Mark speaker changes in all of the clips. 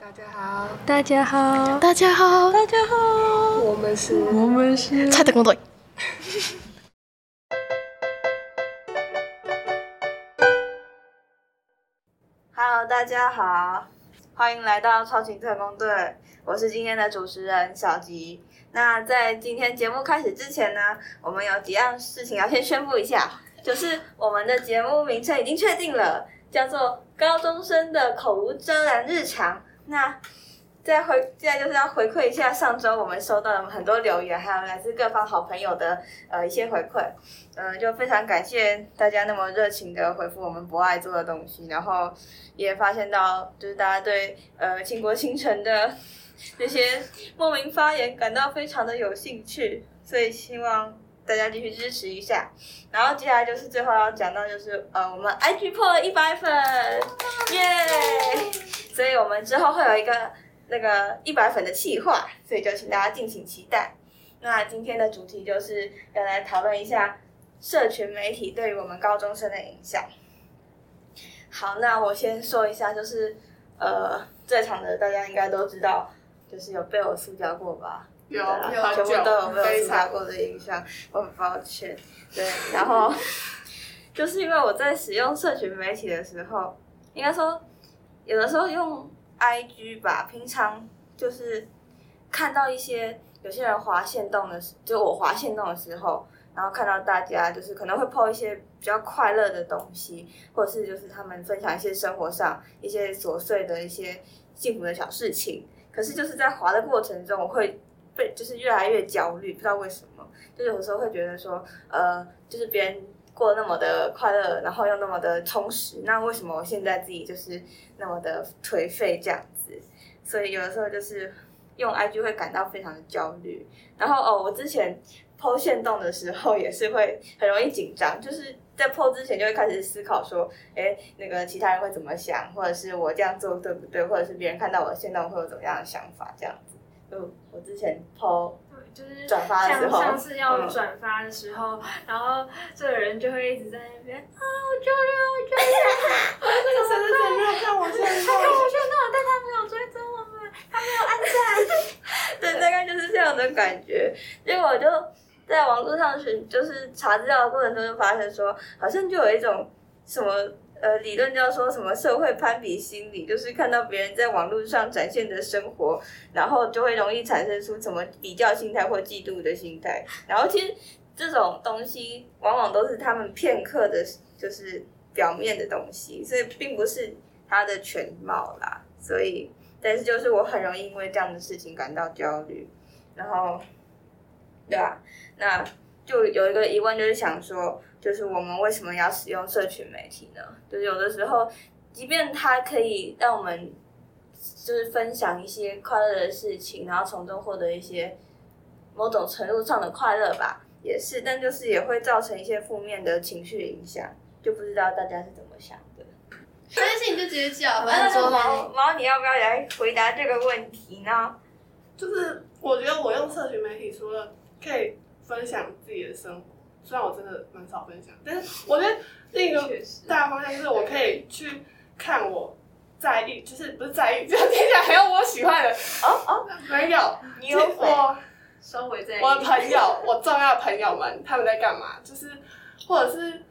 Speaker 1: 大家好，
Speaker 2: 大家好，
Speaker 3: 大家好，
Speaker 2: 大家好，
Speaker 1: 我们是
Speaker 2: 我们是
Speaker 3: 菜特工队。
Speaker 4: Hello，大家好，欢迎来到超级特工队，我是今天的主持人小吉。那在今天节目开始之前呢，我们有几样事情要先宣布一下，就是我们的节目名称已经确定了，叫做《高中生的口无遮拦日常》。那再回，现在就是要回馈一下上周我们收到了很多留言，还有来自各方好朋友的呃一些回馈，呃，就非常感谢大家那么热情的回复我们博爱做的东西，然后也发现到，就是大家对呃倾国倾城的 这些莫名发言感到非常的有兴趣，所以希望大家继续支持一下。然后接下来就是最后要讲到，就是呃，我们 IG 破了一百粉，耶！所以我们之后会有一个那个一百粉的企划，所以就请大家敬请期待。那今天的主题就是要来讨论一下社群媒体对于我们高中生的影响。好，那我先说一下，就是呃，在场的大家应该都知道，就是有被我塑胶过吧？
Speaker 1: 有
Speaker 4: 对啊全部都有被我塑胶过的影响，我很抱歉。对，然 后就是因为我在使用社群媒体的时候，应该说有的时候用 IG 吧，平常就是看到一些有些人滑线动的时，就我滑线动的时候，然后看到大家就是可能会 po 一些比较快乐的东西，或者是就是他们分享一些生活上一些琐碎的一些幸福的小事情。可是就是在滑的过程中，我会被就是越来越焦虑，不知道为什么，就是有时候会觉得说，呃，就是别人过得那么的快乐，然后又那么的充实，那为什么我现在自己就是那么的颓废这样子？所以有的时候就是用 IG 会感到非常的焦虑。然后哦，我之前剖线动的时候也是会很容易紧张，就是在剖之前就会开始思考说，哎，那个其他人会怎么想，或者是我这样做对不对，或者是别人看到我的线动会有怎么样的想法这样子。就嗯我之前剖
Speaker 5: 就是
Speaker 4: 转发的时
Speaker 5: 像
Speaker 4: 候，
Speaker 5: 上次要
Speaker 4: 嗯
Speaker 5: 转发的时候，然后这个人就会一直在那边啊，我救了，我 救了，
Speaker 1: 这个谁谁谁没有看我现在
Speaker 5: 他看我秀到，但他没有追踪啊我们，他没有按赞。
Speaker 4: 对，大概就是这样的感觉。结果我就在网络上寻，就是查资料的过程中就发现说，好像就有一种什么呃理论叫说什么社会攀比心理，就是看到别人在网络上展现的生活，然后就会容易产生出什么比较心态或嫉妒的心态。然后其实这种东西往往都是他们片刻的，就是表面的东西，所以并不是它的全貌啦。所以但是就是我很容易因为这样的事情感到焦虑，然后，对啊，那就有一个疑问，就是想说，就是我们为什么要使用社群媒体呢？就是有的时候，即便它可以让我们就是分享一些快乐的事情，然后从中获得一些某种程度上的快乐吧，也是，但就是也会造成一些负面的情绪影响，就不知道大家是怎么想的。
Speaker 3: 这件事情就直接讲，
Speaker 4: 那
Speaker 3: 反正
Speaker 4: 那
Speaker 3: 说
Speaker 4: 毛
Speaker 3: 嘛，
Speaker 4: 毛，你要不要来回答这个问题呢？
Speaker 1: 就是我觉得我用社群媒体除了可以分享自己的生活，虽然我真的蛮少分享，但是我觉得另一个
Speaker 5: 嗯确实
Speaker 1: 大方向就是我可以去看我在意，就是不是在意， 就是听起来还有我喜欢的
Speaker 4: 哦哦，
Speaker 1: 没有，
Speaker 4: 你
Speaker 1: 就
Speaker 4: 有
Speaker 1: 是
Speaker 4: 我
Speaker 1: 我
Speaker 5: 收回这一
Speaker 1: 我的朋友，我重要的朋友们，他们在干嘛？就是或者是，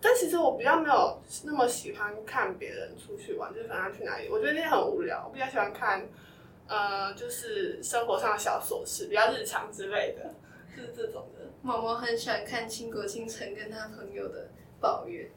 Speaker 1: 但其实我比较没有那么喜欢看别人出去玩，就是可能他去哪里，我觉得那些很无聊。我比较喜欢看，呃，就是生活上的小琐事，比较日常之类的，就是这种的。
Speaker 3: 毛毛很喜欢看倾国倾城跟他朋友的抱怨。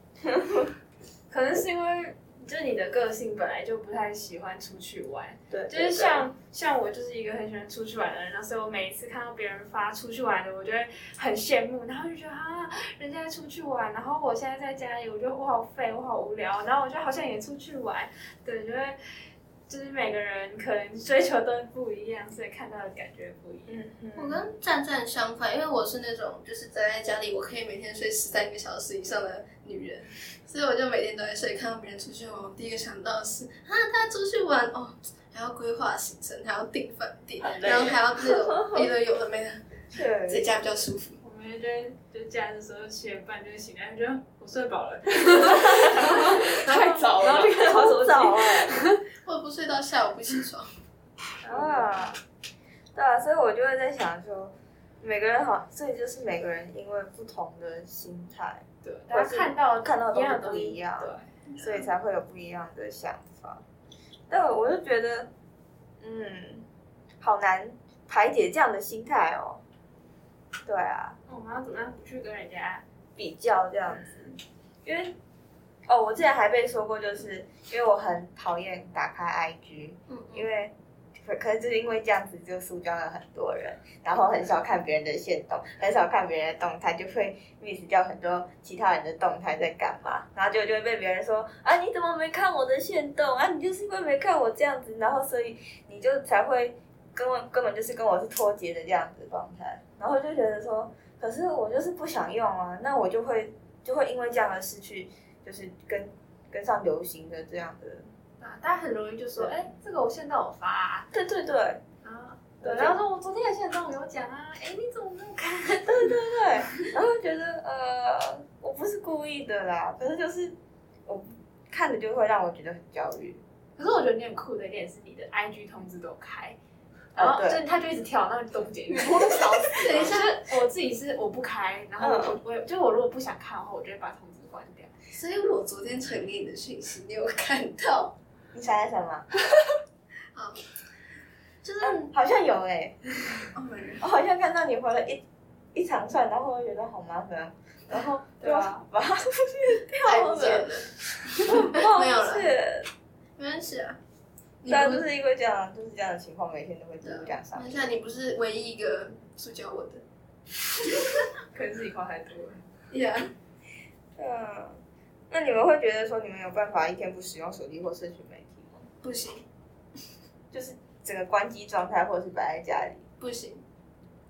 Speaker 5: 可能是因为就你的个性本来就不太喜欢出去玩，
Speaker 4: 对，
Speaker 5: 就是像像我就是一个很喜欢出去玩的人，然后所以我每一次看到别人发出去玩的，我就会很羡慕，然后就觉得啊，人家出去玩，然后我现在在家里，我觉得我好废，我好无聊，然后我就好想也出去玩，对，就会就是每个人可能追求都不一样，所以看到的感觉不一样。
Speaker 4: 嗯
Speaker 3: 我
Speaker 4: 嗯，
Speaker 3: 跟赞赞相反，因为我是那种就是宅在家里，我可以每天睡十三个小时以上的女人，所以我就每天都在睡。看到别人出去玩，我第一个想到的是啊，大家出去玩哦，还要规划行程，还要订饭店，
Speaker 1: 很累
Speaker 3: 然后还要那种一堆有的没的，
Speaker 4: 对
Speaker 3: 在家比较舒服。
Speaker 5: 我们们就觉得就假日的时候七点半就会醒来，就觉得我睡饱了，
Speaker 1: 太早了
Speaker 5: 然后就开始玩手
Speaker 4: 好早
Speaker 5: 机。
Speaker 4: 哎、
Speaker 3: 会不会睡到下午不起床？
Speaker 4: 啊，对啊，所以我就会在想说，每个人好，所以就是每个人因为不同的心态，
Speaker 5: 对，大家看到
Speaker 4: 看到的
Speaker 5: 一样
Speaker 4: 东西不一样
Speaker 5: 对，
Speaker 4: 所以才会有不一样的想法。但我就觉得，嗯，好难排解这样的心态哦。对啊，
Speaker 5: 那我们要怎么样不去跟人家？
Speaker 4: 比较这样子，因为哦，我之前还被说过，就是因为我很讨厌打开 IG，
Speaker 3: 嗯，
Speaker 4: 因为可可能就是因为这样子，就塑造了很多人，然后很少看别人的线动，很少看别人的动态，就会 miss 掉很多其他人的动态在干嘛，然后就就会被别人说啊，你怎么没看我的线动啊？你就是因为没看我这样子，然后所以你就才会跟我根本就是跟我是脱节的这样子的状态，然后就觉得说，可是我就是不想用啊，那我就会就会因为这样的失去，就是跟跟上流行的这样的，
Speaker 5: 啊，大家很容易就说，哎，这个我现在我发啊，
Speaker 4: 对对对。
Speaker 5: 啊对，然后说我昨天也现在跟我有讲啊，哎，你怎么没有看？
Speaker 4: 对， 然后就觉得呃，我不是故意的啦，可是就是我看着就会让我觉得很焦虑。
Speaker 5: 可是我觉得你很酷的一点是你的 IG 通知都开，
Speaker 4: 哦
Speaker 5: 然后
Speaker 4: 对
Speaker 5: 就是他就一直跳，然后你都不 点，你我都扫死。
Speaker 3: 等一
Speaker 5: 就
Speaker 3: 下，
Speaker 5: 是我自己是我不开，然后我我就是我如果不想看的话，我就会把通知关掉。
Speaker 3: 所以我昨天传给你的讯息，你有看到？
Speaker 4: 你想在什么？
Speaker 3: 就是
Speaker 4: 嗯，好像有哎、
Speaker 3: 哦，没人
Speaker 4: 我好像看到你回了一一长串，然后我觉得好麻烦，然后
Speaker 5: 对啊，
Speaker 4: 把它
Speaker 3: 太
Speaker 4: 跳
Speaker 3: 不见
Speaker 4: 了，
Speaker 3: 了，
Speaker 4: 没
Speaker 3: 没有了
Speaker 4: 对
Speaker 3: 没关系啊。你
Speaker 4: 啊，
Speaker 3: 不
Speaker 4: 就是是因为这样，就是这样的情况，每天都会记录这样上
Speaker 3: 没。事啊，你不是唯一一个塑胶我的。
Speaker 5: 可能自己话太多了。
Speaker 3: Yeah，
Speaker 4: 嗯，那你们会觉得说你们有办法一天不使用手机或社群媒体吗？
Speaker 3: 不行
Speaker 4: 就是整个关机状态，或者是摆在家里？
Speaker 3: 不行，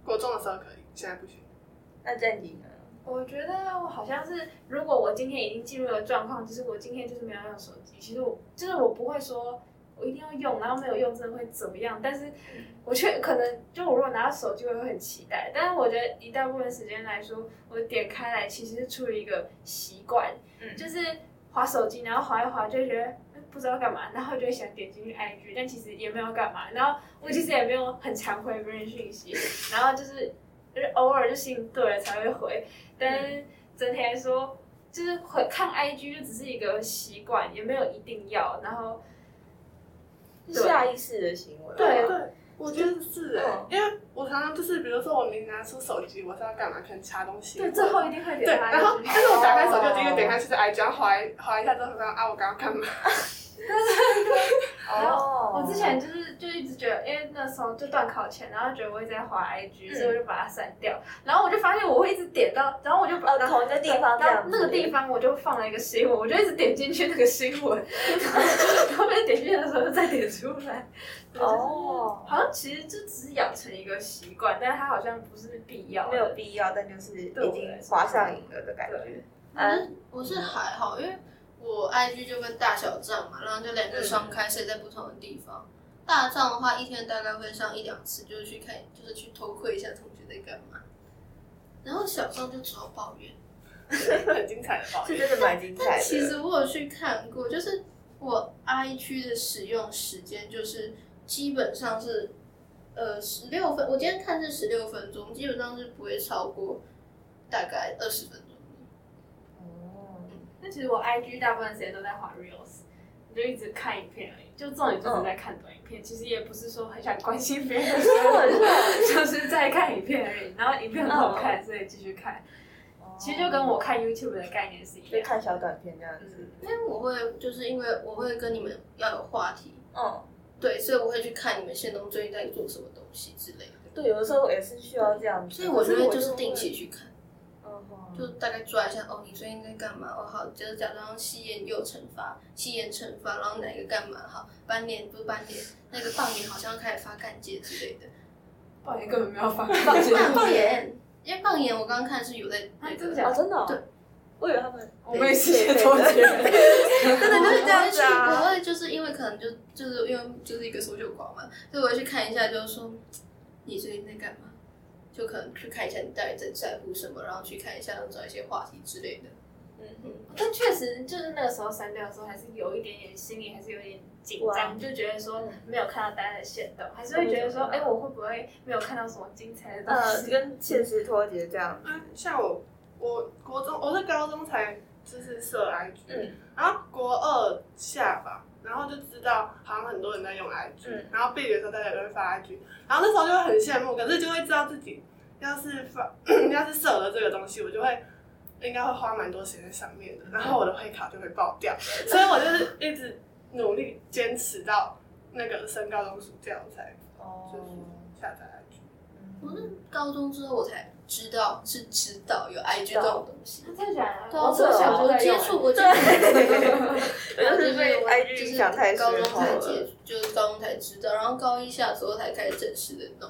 Speaker 1: 国中的时候可以，现在不行。
Speaker 4: 那正经呢？
Speaker 5: 我觉得我好像是，如果我今天已经进入了状况，就是我今天就是没有用手机，其实我就是我不会说我一定要用，然后没有用真的会怎么样，但是我却可能就我如果拿到手机，我会很期待，但是我觉得一大部分时间来说，我点开来其实是出于一个习惯，
Speaker 4: 嗯
Speaker 5: 就是划手机，然后划一划就会觉得。嗯不知道干嘛，然后就会想点进去 IG，但其实也没有干嘛。然后我其实也没有很常回别人讯息，然后就是就是偶尔就心对了才会回，但是整体来说，就是会看 IG 就只是一个习惯，也没有一定要。然后对
Speaker 4: 下意识的行为。
Speaker 5: 对
Speaker 1: 对，我觉得是哎、
Speaker 4: 嗯
Speaker 1: 因为我常常就是，比如说我明拿出手机，我是要干嘛？可能掐东西。
Speaker 5: 对，最后一定会
Speaker 1: 对，
Speaker 5: 点
Speaker 1: 然后
Speaker 5: IG
Speaker 1: 但是我打开手机，第一个点开就是哎 IG，然后滑一滑一下之后，刚刚啊，我刚刚干嘛？
Speaker 4: 哦，
Speaker 5: 我之前就是就一直觉得，因为那时候就断考前，然后觉得我一直在滑 IG，、
Speaker 4: 嗯
Speaker 5: 所以我就把它删掉。然后我就发现我会一直点到，然后我就把、
Speaker 4: 哦
Speaker 5: 然后
Speaker 4: 同一个地方这
Speaker 5: 然
Speaker 4: 样子
Speaker 5: 后那个地方我就放了一个新闻，我就一直点进去那个新 闻，然后被点进去的时候再点出来。对就是
Speaker 4: 哦
Speaker 5: 好像其实就只是养成一个习惯，但是它好像不是必要的。
Speaker 4: 没有必要，但就是已
Speaker 5: 对我来
Speaker 4: 经
Speaker 5: 说
Speaker 4: 划上瘾了的感觉。嗯，
Speaker 3: 嗯，我是还好，因为我 IG 就分大小账嘛，然后就两个双开，所以在不同的地方。大账的话，一天大概会上一两次，就是去看，就是去偷窥一下同学在干嘛。然后小账就只有抱怨。
Speaker 1: 很精彩的报
Speaker 4: 是真的蛮精彩
Speaker 3: 但
Speaker 4: 的。
Speaker 3: 其实我有去看过，就是我 I 区的使用时间，就是基本上是呃十六分，我今天看是十六分钟，基本上是不会超过大概二十分钟。
Speaker 4: 哦，
Speaker 5: 那其实我 IG 大部分时间都在滑 Reels，我就一直看影片而已，就重点就是在看短影片，其实也不是说很想关心 别人的生活，就是在看影片而已。然后影片很好看，所以继续看。其实就跟我看 YouTube 的概念是一
Speaker 4: 就
Speaker 5: 样。
Speaker 4: 哦
Speaker 5: 嗯
Speaker 4: 看小短片这样子。
Speaker 3: 因为我会就是因为我会跟你们要有话题，
Speaker 4: 嗯，
Speaker 3: 对，所以我会去看你们现动最近在做什么东西之类的，
Speaker 4: 对，有的时候也是需要这样子。
Speaker 3: 所以我觉得
Speaker 4: 可
Speaker 3: 就是
Speaker 4: 会
Speaker 3: 定期。去看。
Speaker 4: 嗯哼
Speaker 3: 就大概抓一下哦，你最近在干嘛？哦，好，就是假装吸烟又惩罚，吸烟惩罚，然后哪个干嘛？好，斑点不是斑点，那个棒眼好像开始发干结之类的。
Speaker 5: 抱怨根本没有发
Speaker 3: 棒
Speaker 5: 现，
Speaker 3: 眼，因为棒眼我刚刚看是有在那
Speaker 5: 啊
Speaker 3: 个，
Speaker 5: 真的假
Speaker 4: 哦，
Speaker 5: 的？
Speaker 4: 真的哦。
Speaker 3: 对
Speaker 4: 我以为他们
Speaker 5: 我们也是也多觉 得，
Speaker 4: 真的就是这样子
Speaker 3: 我
Speaker 4: 啊。
Speaker 3: 会就是因为可能就就是因为就是一个搜救狂嘛，所以我会去看一下，就是说你最近在干嘛？就可能去看一下你到底在在乎什么，然后去看一下找一些话题之类的。嗯哼，
Speaker 5: 但确实就是那个时候删掉的时候，还是有一点点心里还是有点紧张，就觉得说没有看到大家的线动，还是会觉得说，哎、嗯我会不会没有看到什么精彩的东
Speaker 4: 呃，
Speaker 5: 西？
Speaker 4: 跟现实脱节这样。
Speaker 1: 嗯，像我，我国中我是高中才就是设 IG，、
Speaker 4: 嗯
Speaker 1: 然后国二下吧，然后就知道好像很多人在用 IG，、
Speaker 4: 嗯
Speaker 1: 然后毕业的时候大家也会发 IG，然后那时候就会很羡慕，可是就会知道自己要是发 要是设了这个东西，我就会。应该会花蛮多时间在上面的，然后我的会考就会爆掉，
Speaker 4: 嗯
Speaker 1: 所以我就是一直努力坚持到那个升高中暑假我才
Speaker 4: 哦
Speaker 1: 就是下载 IG。
Speaker 4: 嗯
Speaker 3: 我是高中之后我才知道是知道有 IG
Speaker 4: 知
Speaker 3: 这
Speaker 4: 道
Speaker 3: 种东西。
Speaker 5: 真的假的？
Speaker 3: 啊我
Speaker 5: 啊从小就
Speaker 3: 我
Speaker 5: 在
Speaker 3: 接
Speaker 5: 用啊
Speaker 3: 触，我接触，
Speaker 4: 我就是被 IG 影响太深
Speaker 3: 高中才
Speaker 4: 厚
Speaker 3: 接
Speaker 4: 了
Speaker 3: 触，就是高中才知道，然后高一下之后才开始正式的弄。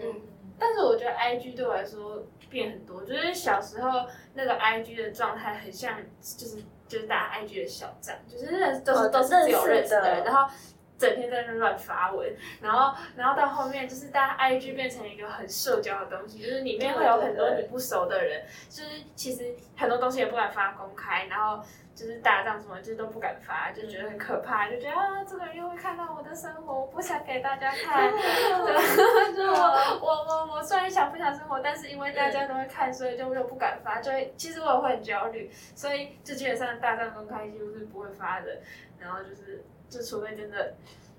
Speaker 3: 嗯，
Speaker 5: 但是我觉得 I G 对我来说变很多，就是小时候那个 I G 的状态很像，就是就是打 I G 的小站，就是认都是、
Speaker 4: 哦
Speaker 5: 都是只有认识的
Speaker 4: 认识
Speaker 5: 人，
Speaker 4: 的
Speaker 5: 然后整天在那乱发文，然后然后到后面就是大家 I G 变成一个很社交的东西，就是里面会有很多
Speaker 4: 对对
Speaker 5: 你
Speaker 4: 对
Speaker 5: 不熟的人，就是其实很多东西也不敢发公开，然后。就是打仗什么，就是都不敢发，就觉得很可怕，就觉得啊，这个人又会看到我的生活，我不想给大家看，对，就是我我我我虽然想不想生活，但是因为大家都会看，所以就又不敢发，就会其实我也会很焦虑，所以就基本上大战公开几乎是不会发的，然后就是就除非真的，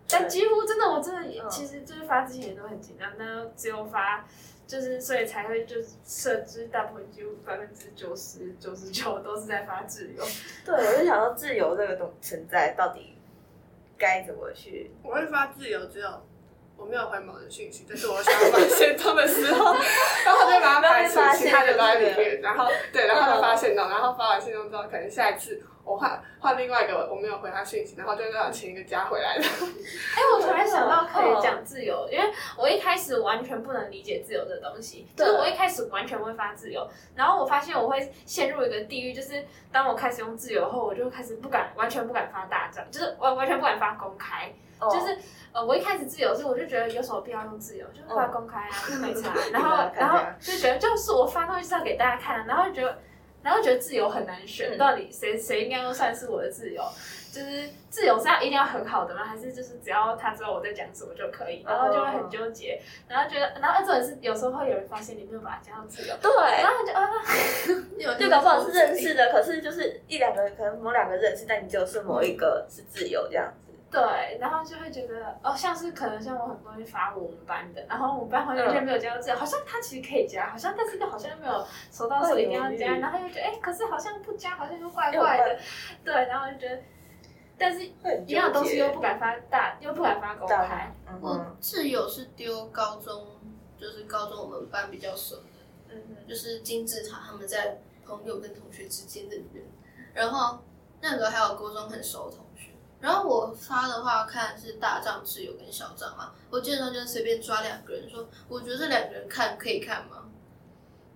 Speaker 5: 但几乎真的我真的也、
Speaker 4: 嗯
Speaker 5: 其实就是发之前也都很紧张，但只有发。就是，所以才会就是设置，大部分几乎百分之九十九十九都是在发自由。
Speaker 4: 对，我就想到自由这个东存在到底该怎么去？
Speaker 1: 我会发自由，只有我没有回某人讯息，但是我想要发现动的时候，然后就把它排除，其他的都在里面，然后对，然后就发现动，然后发完现动之后，可能下一次我换换另外一个我没有回他讯息，然后就让前一个加回来了。
Speaker 5: 哎、我突然想到可以讲自由，因为我一开始完全不能理解自由这东西，就是我一开始完全不会发自由，然后我发现我会陷入一个地狱，就是当我开始用自由后，我就开始不敢，完全不敢发大招，就是完完全不敢发公开，
Speaker 4: 哦
Speaker 5: 就是呃，我一开始自由是我就觉得有什么必要用自由，就是发公开啊，就没差，然后然后就觉得就是我发东西是要给大家看、啊，然后就觉得。然后觉得自由很难选，
Speaker 4: 嗯
Speaker 5: 到底谁谁应该都算是我的自由？就是自由是要一定要很好的吗？还是就是只要他知道我在讲什么就可以？然后就会很纠结，然后觉得，然后这种是有时候会有人发现你没有把它加到自由，
Speaker 4: 对
Speaker 5: 然。后就啊，
Speaker 3: 就
Speaker 4: 就搞不好是认识的，可是就是一两个人，可能某两个认识，但你就是某一个是自由这样子。
Speaker 5: 对，然后就会觉得哦，像是可能像我很多人发我们班的，然后我们班好像有些人没有加到自由，好像他其实可以加，好像但是又好像没有收到说一定要加，
Speaker 4: 会有
Speaker 5: 然后又觉得哎，可是好像不加好像又怪怪的，对，然后就觉得，但是
Speaker 4: 哎
Speaker 5: 一样的东西又不敢发大，又不敢发公开，
Speaker 4: 嗯
Speaker 3: 我
Speaker 4: 哼，
Speaker 3: 挚友是丢高中，就是高中我们班比较熟的，
Speaker 4: 嗯哼，
Speaker 3: 就是金字塔他们在朋友跟同学之间的人，然后那个还有高中很熟的同学。然后我发的话看是大账挚友跟小账嘛，我基本上就是随便抓两个人说，我觉得这两个人看可以看吗？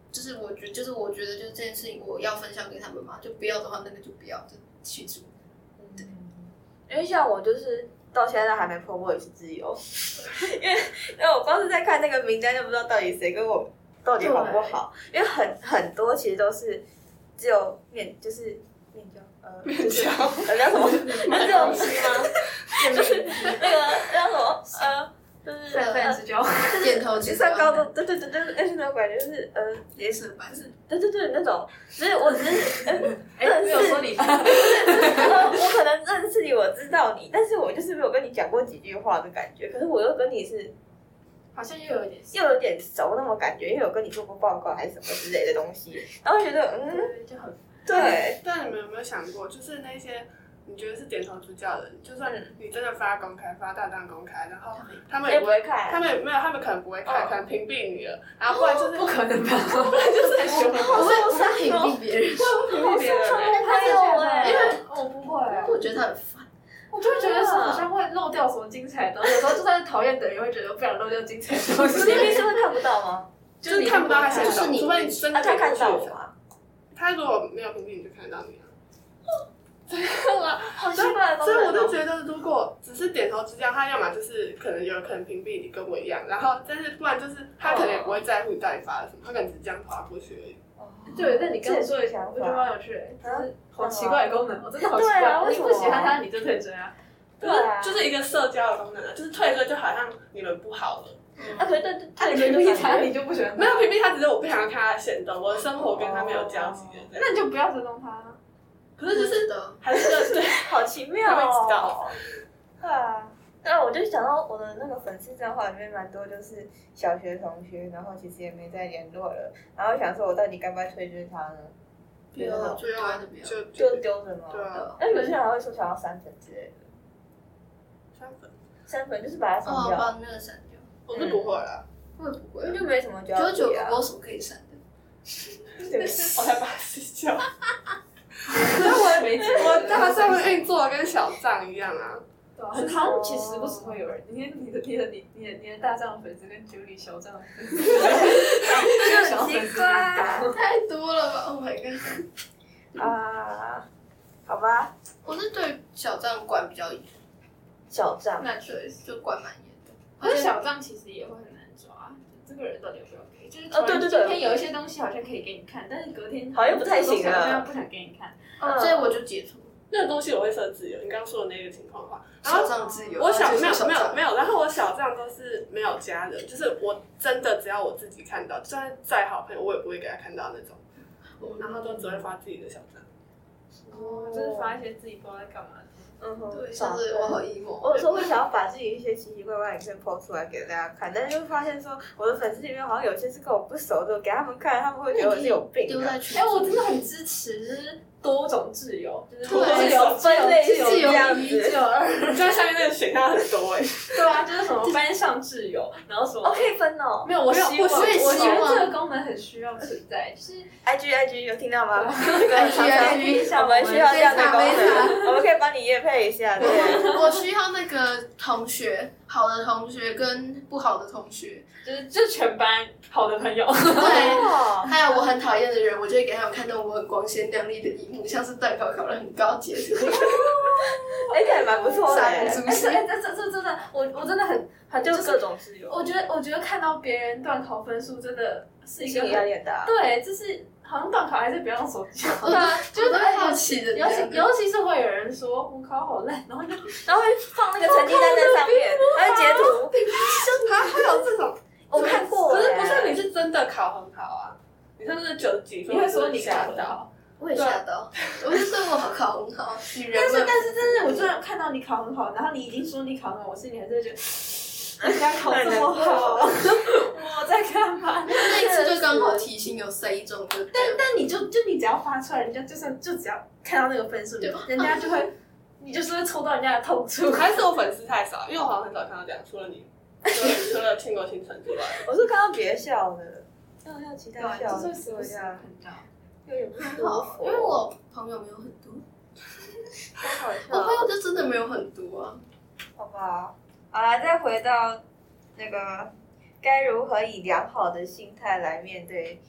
Speaker 3: 就是我觉就是我觉得就是这件事情我要分享给他们嘛，就不要的话那个就不要，就去除。
Speaker 4: 嗯因为像我就是到现在都还没碰，我也是自由， 因为因为我光是在看那个名单就不知道到底谁跟我到底好不好，因为很很多其实都是只有面就是面交呃面
Speaker 1: 交
Speaker 4: 呃叫什么？ 那种东西吗？就是那个那叫什么呃。就是
Speaker 5: 对，
Speaker 4: 呃，
Speaker 5: 之交。
Speaker 3: 点头
Speaker 4: 其
Speaker 3: 之
Speaker 4: 实
Speaker 3: 交
Speaker 4: 上高中，对对对对，但是那种感觉就是呃，也
Speaker 3: 是吧？是
Speaker 4: 对对对，那种，所以我只是，呃
Speaker 5: 哎、没有说你，
Speaker 4: 呃我可能认识你，我知道你，但是我就是没有跟你讲过几句话的感觉。可是我又跟你是
Speaker 5: 好像又有一点像，
Speaker 4: 又有点熟那种感觉，因为有跟你做过报告还是什么之类的东西，然后觉得嗯，
Speaker 5: 对就很
Speaker 4: 对，
Speaker 1: 但你们有没有想过，就是那些你觉得是点头之交的人，就算
Speaker 4: 嗯
Speaker 1: 你真的发公开、发大张公开，然后他们
Speaker 4: 也
Speaker 1: 也
Speaker 4: 不
Speaker 1: 不会。
Speaker 3: 哎
Speaker 4: 会看，
Speaker 1: 他们也没有，他们可能不会看，
Speaker 4: 哦
Speaker 1: 可能屏蔽你了，然后不然就是
Speaker 5: 不
Speaker 3: 哦
Speaker 5: 可能吧？
Speaker 1: 就是很凶，
Speaker 3: 我会我会屏蔽别人，
Speaker 1: 屏蔽别人欸。
Speaker 4: 他有哎、
Speaker 5: 因为我不会啊，
Speaker 3: 我觉得他很烦。
Speaker 5: 我就会觉得说好像会漏掉什么精彩的东西，有时候就算是讨厌的人，也会觉得不想漏掉精彩的东
Speaker 4: 明明
Speaker 5: 西。
Speaker 4: 是会看不到吗？
Speaker 1: 就是看不到他现
Speaker 3: 就是
Speaker 1: 动，
Speaker 3: 你
Speaker 1: 除非你真
Speaker 4: 啊，
Speaker 1: 的
Speaker 4: 他看
Speaker 1: 进去
Speaker 4: 到我吗？
Speaker 1: 他如果没有屏蔽，你就看得到你啊。对吧？
Speaker 4: 好奇怪的
Speaker 1: 所以我
Speaker 4: 得
Speaker 1: 就觉得，如果只是点头之交，他要么就是可能有可能屏蔽你，跟我一样，然后但是不然就是他可能也不会在乎你到底发了什么，他可能只是这样划过去而已。
Speaker 5: 对，但你刚才说的，
Speaker 4: 想
Speaker 5: 我觉得
Speaker 4: 法
Speaker 5: 蛮有趣的，就是好奇怪的功能，我真的好奇
Speaker 4: 对啊为
Speaker 5: 怪。你
Speaker 4: 什么
Speaker 5: 不喜欢他，你就退追啊？
Speaker 4: 对啊
Speaker 1: 就是就是一个社交的功能啊，就是退追就好像你们不好了，
Speaker 4: 啊，可是对
Speaker 5: 他
Speaker 4: 对
Speaker 5: 你
Speaker 4: 对，
Speaker 5: 屏蔽他，
Speaker 4: 对
Speaker 5: 你就不喜欢他
Speaker 1: 没有屏蔽他，只是我不想要看他显动，我的生活跟他没有交集的这样。
Speaker 6: 那你就不要追踪他。
Speaker 1: 可是就是
Speaker 3: 的，
Speaker 1: 还是就是对，
Speaker 4: 好奇妙
Speaker 1: 他会知
Speaker 4: 哦
Speaker 1: 道。
Speaker 4: 对啊，但我就想到我的那个粉丝账号里面蛮多就是小学同学，然后其实也没再联络了，然后想说我到底该不该推荐他呢？
Speaker 3: 不要
Speaker 4: 对啊
Speaker 3: 就要就不要。
Speaker 1: 就
Speaker 4: 就丢着吗？
Speaker 1: 对啊，
Speaker 4: 哎，有些人还会说想要删粉之类的，
Speaker 1: 三分，
Speaker 4: 删粉就是把它删
Speaker 3: 哦，
Speaker 4: 掉，
Speaker 3: 把那个删掉，
Speaker 1: 我是不会啦，
Speaker 3: 会不
Speaker 4: 那
Speaker 3: 会？
Speaker 4: 就没什么交
Speaker 3: 九九
Speaker 4: 集
Speaker 3: 狗
Speaker 4: 啊。
Speaker 3: 狗什么可以删的？
Speaker 1: 我才八十九，
Speaker 5: 那我也没见过
Speaker 1: 我啊在他上面运作跟小账一样啊。
Speaker 5: 对啊，很好像其实不时会有人，你的你的你的你你的你的大账粉丝跟九里小账粉丝，这
Speaker 4: 就很奇怪
Speaker 3: 太多了吧！Oh my god！
Speaker 4: 啊，好吧，
Speaker 3: 我是对小账管比较严，
Speaker 4: 小账。
Speaker 6: 那
Speaker 3: 对， 就管蛮严的。
Speaker 6: 可是小账其实也会很难抓，就这个人到底要不要给？就是突
Speaker 4: 哦
Speaker 6: 然
Speaker 4: 对对
Speaker 6: 今
Speaker 4: 对
Speaker 6: 天有一些东西好像可以给你看，但是隔天
Speaker 4: 好像不太行
Speaker 6: 这
Speaker 4: 了
Speaker 6: 个东西好像不想给你看。
Speaker 4: 嗯
Speaker 3: 所以我就解除
Speaker 1: 那个东西我会设自由，你刚刚说的那个情况的话，然
Speaker 3: 小
Speaker 1: 后
Speaker 3: 账自由。
Speaker 1: 我小
Speaker 3: 就
Speaker 1: 没
Speaker 3: 是
Speaker 1: 有
Speaker 3: 小
Speaker 1: 没有
Speaker 3: 账
Speaker 1: 没有，然后我小账都是没有家人，就是我真的只要我自己看到，就算再好朋友我也不会给他看到那种，然后都只会发自己的小账。
Speaker 6: 哦，就是发一些自己不知道在干嘛的。
Speaker 4: 嗯哼，
Speaker 3: 对，像是我好 emo。
Speaker 4: 我有时候会想要把自己一些奇奇怪怪的影片 PO 出来给大家看，但是会发现说我的粉丝里面好像有些是跟我不熟的，给他们看，他们会觉得我是有病
Speaker 3: 丢
Speaker 4: 的
Speaker 3: 在。群
Speaker 5: 哎、我真的很支持，就是多种自由，就是
Speaker 3: 对
Speaker 5: 自由
Speaker 4: 分类
Speaker 5: 自由
Speaker 4: 自由
Speaker 5: 这样
Speaker 4: 一
Speaker 5: 子，
Speaker 4: 自
Speaker 5: 对
Speaker 1: 就在下面那个选项很多哎、
Speaker 5: 啊，就是什么 班上挚友，然后什么。
Speaker 4: 哦，可以分哦
Speaker 5: 没有，我希望，
Speaker 1: 没有不
Speaker 5: 我
Speaker 3: 是希
Speaker 5: 觉得
Speaker 3: 望
Speaker 5: 这个功能很需要存在，就是
Speaker 4: ，IG IG 有听到吗
Speaker 3: IG
Speaker 4: 我们需要这样的功
Speaker 3: 没差没
Speaker 4: 能，我们可以帮你夜配一下，对。
Speaker 3: 我需要那个同学，好的同学跟不好的同学，
Speaker 5: 就是就是全班好的朋友，
Speaker 3: 对，
Speaker 4: 哦，
Speaker 3: 还有我很讨厌的人，我就会给他们看到我很光鲜亮丽的一幕，像是蛋糕烤的很高级的那个，
Speaker 4: 哎，这还蛮不错的
Speaker 3: 傻
Speaker 4: 哎
Speaker 3: 人，
Speaker 5: 哎、这哎、这这这真的，我我真的很很
Speaker 4: 就
Speaker 5: 就是是
Speaker 4: 各种自由，
Speaker 5: 我觉得，我觉得看到别人断考分数，真的是一个
Speaker 4: 心理
Speaker 5: 很
Speaker 4: 压力很大。
Speaker 5: 对，就是好像断考还是不要用手 机。
Speaker 3: 我就
Speaker 5: 就是
Speaker 3: 我都
Speaker 5: 哎
Speaker 3: 好奇的这
Speaker 5: 尤
Speaker 3: 样
Speaker 5: 其
Speaker 3: 子，
Speaker 5: 尤其是会有人说我考好烂，然后就
Speaker 4: 然后会放那个成绩单在上面，还会截图。
Speaker 1: 还还有这种，
Speaker 4: 我看过
Speaker 1: 可
Speaker 4: 哎，
Speaker 1: 是不是你是真的考很好啊？你上次九十几分，
Speaker 5: 你会说你
Speaker 1: 吓
Speaker 5: 考不
Speaker 1: 到，
Speaker 5: 到。
Speaker 3: 我
Speaker 4: 啊
Speaker 3: 也吓到，我就说我好考很好，女
Speaker 5: 但
Speaker 3: 人
Speaker 5: 是
Speaker 3: 们
Speaker 5: 但是真的，我真的看到你考很好，然后你已经说你考很好，我心里还是会觉得人家考这么好， 我在干嘛？
Speaker 3: 那一次就刚好提醒有谁中就这样，
Speaker 5: 但你就就你只要发出来，人家就算就只要看到那个分数，
Speaker 3: 对
Speaker 5: 人家就会，你就是会戳到人家的痛处。
Speaker 1: 还是我粉丝太少，因为我好像很少看到这样，除了 你，除了除了千国新城之外，
Speaker 4: 我是看到别校的，要要啊其他校
Speaker 5: 就
Speaker 4: 的，
Speaker 5: 啊是时不时看到。
Speaker 4: 又有不
Speaker 3: 但
Speaker 4: 舒
Speaker 3: 好，
Speaker 4: 服，
Speaker 3: 因为我朋友没有很多，
Speaker 4: 好
Speaker 3: 我朋
Speaker 4: 笑，
Speaker 3: 友就真的没有很多啊。
Speaker 4: 好吧，好啦，再回到那个该如何以良好的心态来面对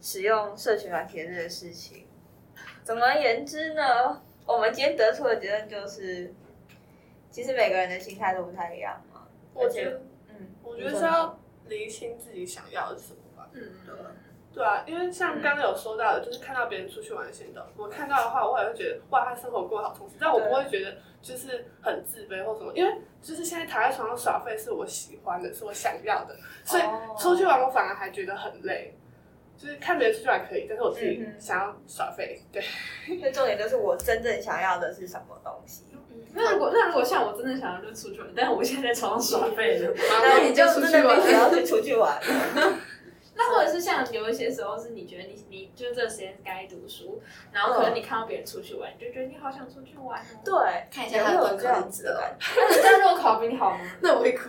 Speaker 4: 使用社群软体的这个事情。总而言之呢，我们今天得出的结论就是，其实每个人的心态都不太一样嘛。
Speaker 1: 我觉得
Speaker 4: 嗯，
Speaker 1: 我觉得是要厘清自己想要的是什么吧。
Speaker 5: 嗯，
Speaker 1: 对啊，因为
Speaker 4: 嗯
Speaker 1: 像刚刚有说到的，就是看到别人出去玩的行动，我看到的话，我也会觉得哇，他生活过得好充实，但我不会觉得就是很自卑或什么，因为就是现在躺在床上耍废是我喜欢的，是我想要的，所以
Speaker 4: 哦
Speaker 1: 出去玩我反而还觉得很累。就是看别人出去玩可以，但是我自己
Speaker 4: 嗯嗯
Speaker 1: 想要耍废， 对，
Speaker 4: 最重点就是我真正想要的是什么东西。
Speaker 5: 那如果那如果像我真的想要就出去玩，但是我现在在床上耍废 了。
Speaker 4: 那你就
Speaker 3: 出
Speaker 4: 真
Speaker 3: 去
Speaker 4: 的必须
Speaker 3: 玩。
Speaker 4: 要去出去玩。
Speaker 5: 那或者是像有一些时候是你觉得你你就这个时间该读书，然后可能你看到别人出去玩，你就觉得你好想出去玩 哦。
Speaker 4: 对，
Speaker 3: 看一
Speaker 4: 也
Speaker 3: 下
Speaker 4: 会
Speaker 3: 他
Speaker 4: 有
Speaker 3: 的
Speaker 4: 这样
Speaker 3: 段
Speaker 4: 子
Speaker 3: 子
Speaker 4: 的
Speaker 3: 哦，
Speaker 4: 感觉。
Speaker 5: 那人家如果考比你好呢？
Speaker 3: 那我会哭。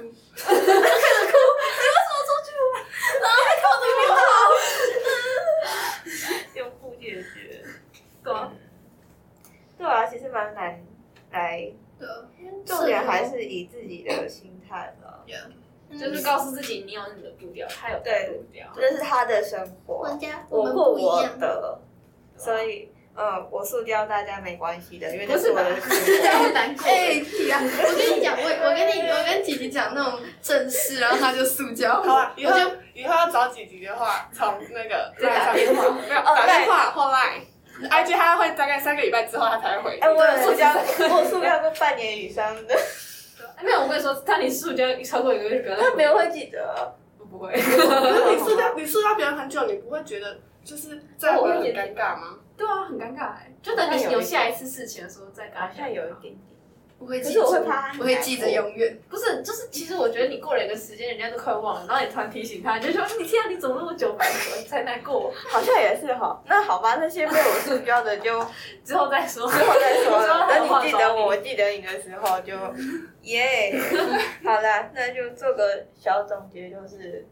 Speaker 4: 用户解决。
Speaker 3: 嗯
Speaker 5: 对啊，
Speaker 4: 对啊，其实蛮难来，
Speaker 3: 对啊，
Speaker 4: 重点还是以自己的心态吧。
Speaker 3: 嗯
Speaker 5: 就是告诉自己你有你的步调，他有他的步调。
Speaker 4: 这是他的生活，
Speaker 3: 玩家，
Speaker 4: 我
Speaker 3: 们
Speaker 4: 过
Speaker 3: 不一
Speaker 4: 我
Speaker 3: 样。
Speaker 4: 的，所以嗯，我塑胶大家没关系的，因为
Speaker 5: 不是
Speaker 4: 我
Speaker 5: 吧
Speaker 4: 的
Speaker 5: 这样
Speaker 4: 事。
Speaker 5: 会难过。
Speaker 3: 哎，对 啊，我跟你讲，我我跟你我跟姐姐讲那种正事，然后她就塑胶，
Speaker 1: 好啊，以
Speaker 3: 我
Speaker 1: 后
Speaker 3: 就
Speaker 1: 以后要找几集的话，从 那个
Speaker 5: 再打电
Speaker 1: Line 上面
Speaker 5: 话
Speaker 1: 没有
Speaker 4: 哦
Speaker 1: 打电话或 Line，IG 他会大概三个礼拜之后他才会回你。
Speaker 4: 哎，我有塑胶，我有塑胶过半年以上 的，
Speaker 5: 哎没有，我跟你说，当你塑胶超过一个月就不要再
Speaker 4: 那没有会记得。啊
Speaker 5: 我不会。
Speaker 1: 可是你塑料你塑料别人很久，你不会觉得就是在乎很尴尬吗？
Speaker 5: 对啊，很尴尬哎，就等你有下一次事情的时候再跟他讲
Speaker 4: 点点。
Speaker 3: 我会
Speaker 4: 可
Speaker 3: 记
Speaker 4: 是
Speaker 3: 住，
Speaker 4: 我会怕他
Speaker 3: 我会记着永远。
Speaker 5: 不是，就是其实我觉得你过了一个时间，人家都快忘了，然后你突然提醒他，你就说你天啊，你怎么那么久没回才难过？
Speaker 4: 好像也是哈。那好吧，那些被我塑胶的就之
Speaker 5: 之后 再说。
Speaker 4: 后再说了。
Speaker 5: 之后
Speaker 4: 等
Speaker 5: 好好
Speaker 4: 你记
Speaker 5: 找
Speaker 4: 得
Speaker 5: 你
Speaker 4: 我，我记得你的时候就 耶。好啦，那就做个小总结，就是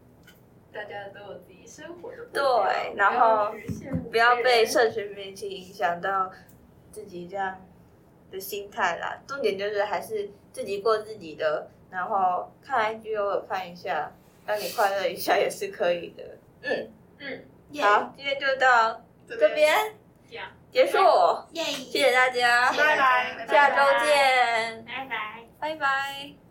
Speaker 5: 大家都有自己生活的步调
Speaker 4: 对，然后不
Speaker 5: 不
Speaker 4: 要被
Speaker 5: 社
Speaker 4: 社群媒体影响到自己这样的心态啦。重点就是还是自己过自己的，然后看 IG 偶尔看一下，让你快乐一下也是可以的。嗯，
Speaker 3: 耶
Speaker 4: 好，今天就到这边
Speaker 5: 这样
Speaker 4: 结束，
Speaker 3: 耶，
Speaker 4: 谢谢大家，
Speaker 1: 拜拜
Speaker 4: 下周见，
Speaker 5: 拜拜。
Speaker 4: 拜拜。